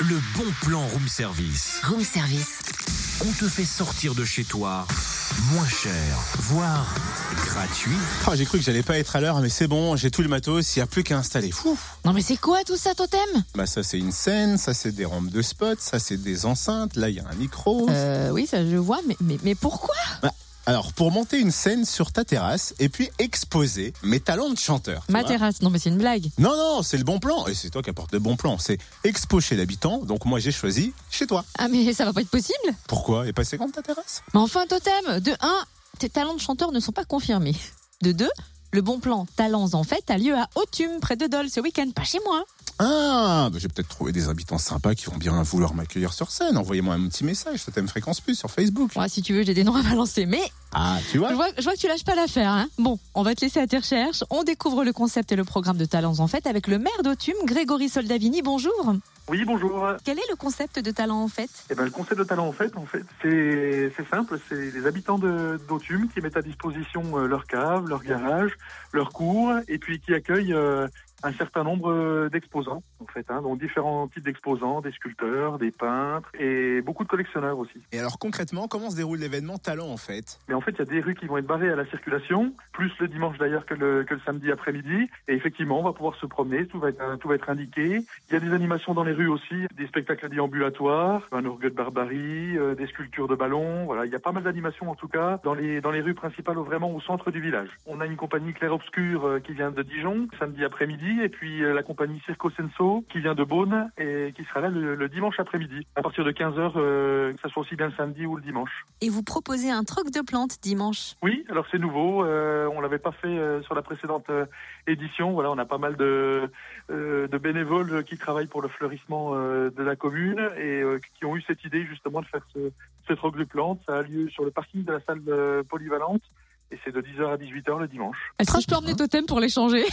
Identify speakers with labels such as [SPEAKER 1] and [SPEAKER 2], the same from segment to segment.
[SPEAKER 1] Le bon plan room service.
[SPEAKER 2] Room service.
[SPEAKER 1] On te fait sortir de chez toi moins cher, voire gratuit.
[SPEAKER 3] Ah, j'ai cru que j'allais pas être à l'heure, mais c'est bon, j'ai tout le matos, il n'y a plus qu'à installer. Fou
[SPEAKER 2] Non mais c'est quoi tout ça, totem
[SPEAKER 3] Bah ça c'est une scène, ça c'est des rampes de spot, ça c'est des enceintes, là il y a un micro. Bah,
[SPEAKER 2] Euh, oui, ça je vois, mais, mais, mais pourquoi
[SPEAKER 3] Alors pour monter une scène sur ta terrasse et puis exposer mes talents de chanteur. tu
[SPEAKER 2] Ma
[SPEAKER 3] vois.
[SPEAKER 2] terrasse, non mais c'est une blague.
[SPEAKER 3] Non, non, c'est le bon plan, et c'est toi qui apporte le bon plan, c'est expo chez l'habitant, donc moi j'ai choisi chez toi.
[SPEAKER 2] Ah mais ça va pas être possible
[SPEAKER 3] Pourquoi Et passer contre ta terrasse
[SPEAKER 2] Mais enfin, totem, de 1, tes talents de chanteur ne sont pas confirmés. De 2, le bon plan Talents en fête a lieu à Autume, près de Dole, ce week-end, pas chez moi.
[SPEAKER 3] Ah, bah, j'ai peut-être trouvé des habitants sympas qui vont bien vouloir m'accueillir sur scène, envoyez-moi un petit message, ça t'aime fréquence plus sur Facebook.
[SPEAKER 2] Ouais, si tu veux, j'ai des noms à balancer, mais
[SPEAKER 3] Ah, tu vois
[SPEAKER 2] Je vois, je vois que tu lâches pas l'affaire. Hein bon, on va te laisser à tes recherches. On découvre le concept et le programme de Talents en Fête avec le maire d'Autume, Grégory Soldavini. Bonjour.
[SPEAKER 4] Oui, bonjour.
[SPEAKER 2] Quel est le concept de Talents en Fête
[SPEAKER 4] Eh ben, le concept de talent, en fait, en fait c'est c'est simple. C'est les habitants de- d'Autume qui mettent à disposition euh, leur cave, leur garage, leur cours, et puis qui accueillent euh, un certain nombre euh, d'exposants, en fait. hein. donc, différents types d'exposants, des sculpteurs, des peintres, et beaucoup de collectionneurs aussi.
[SPEAKER 3] Et alors concrètement, comment se déroule l'événement Talent en fait
[SPEAKER 4] Mais en fait, il y a des rues qui vont être barrées à la circulation, plus le dimanche d'ailleurs que le, que le samedi après-midi. Et effectivement, on va pouvoir se promener, tout va, être, euh, tout va être indiqué. Il y a des animations dans les rues aussi, des spectacles déambulatoires, un orgue de barbarie, euh, des sculptures de ballons. Voilà, il y a pas mal d'animations en tout cas dans les, dans les rues principales, au- vraiment au centre du village. On a une compagnie clair-obscur euh, qui vient de Dijon, samedi après-midi, et puis euh, la compagnie Circo Senso qui vient de Beaune et qui sera là le, le dimanche après-midi, à partir de 15h, que ce soit aussi bien le samedi ou le dimanche.
[SPEAKER 2] Et vous proposez un troc de plantes dimanche.
[SPEAKER 4] Oui, alors c'est nouveau. euh, on l'avait pas fait euh, sur la précédente euh, édition. Voilà, on a pas mal de, euh, de bénévoles euh, qui travaillent pour le fleurissement euh, de la commune et euh, qui ont eu cette idée justement de faire ce, ce troc de plantes. Ça a lieu sur le parking de la salle euh, polyvalente et c'est de 10h à 18h le dimanche.
[SPEAKER 2] Est-ce que je peux hein emmener Totem pour l'échanger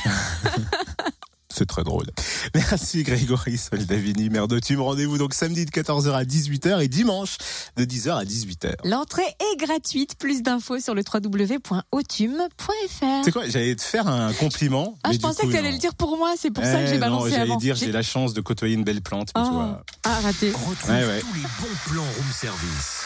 [SPEAKER 3] C'est très drôle. Merci Grégory Soldavini, maire de Tume. Rendez-vous donc samedi de 14h à 18h et dimanche de 10h à 18h.
[SPEAKER 2] L'entrée est gratuite. Plus d'infos sur le www.autume.fr.
[SPEAKER 3] C'est quoi J'allais te faire un compliment.
[SPEAKER 2] Ah,
[SPEAKER 3] mais
[SPEAKER 2] je
[SPEAKER 3] du
[SPEAKER 2] pensais
[SPEAKER 3] coup,
[SPEAKER 2] que tu allais
[SPEAKER 3] non.
[SPEAKER 2] le dire pour moi, c'est pour ça que
[SPEAKER 3] Eh
[SPEAKER 2] j'ai
[SPEAKER 3] non,
[SPEAKER 2] balancé
[SPEAKER 3] J'allais
[SPEAKER 2] avant.
[SPEAKER 3] dire, j'ai
[SPEAKER 2] J'ai-
[SPEAKER 3] la chance de côtoyer une belle plante. mais tu
[SPEAKER 2] Ah.
[SPEAKER 3] vois.
[SPEAKER 2] Ah, raté.
[SPEAKER 1] Retrouve
[SPEAKER 3] Ouais, ouais.
[SPEAKER 1] tous les bons plans room service.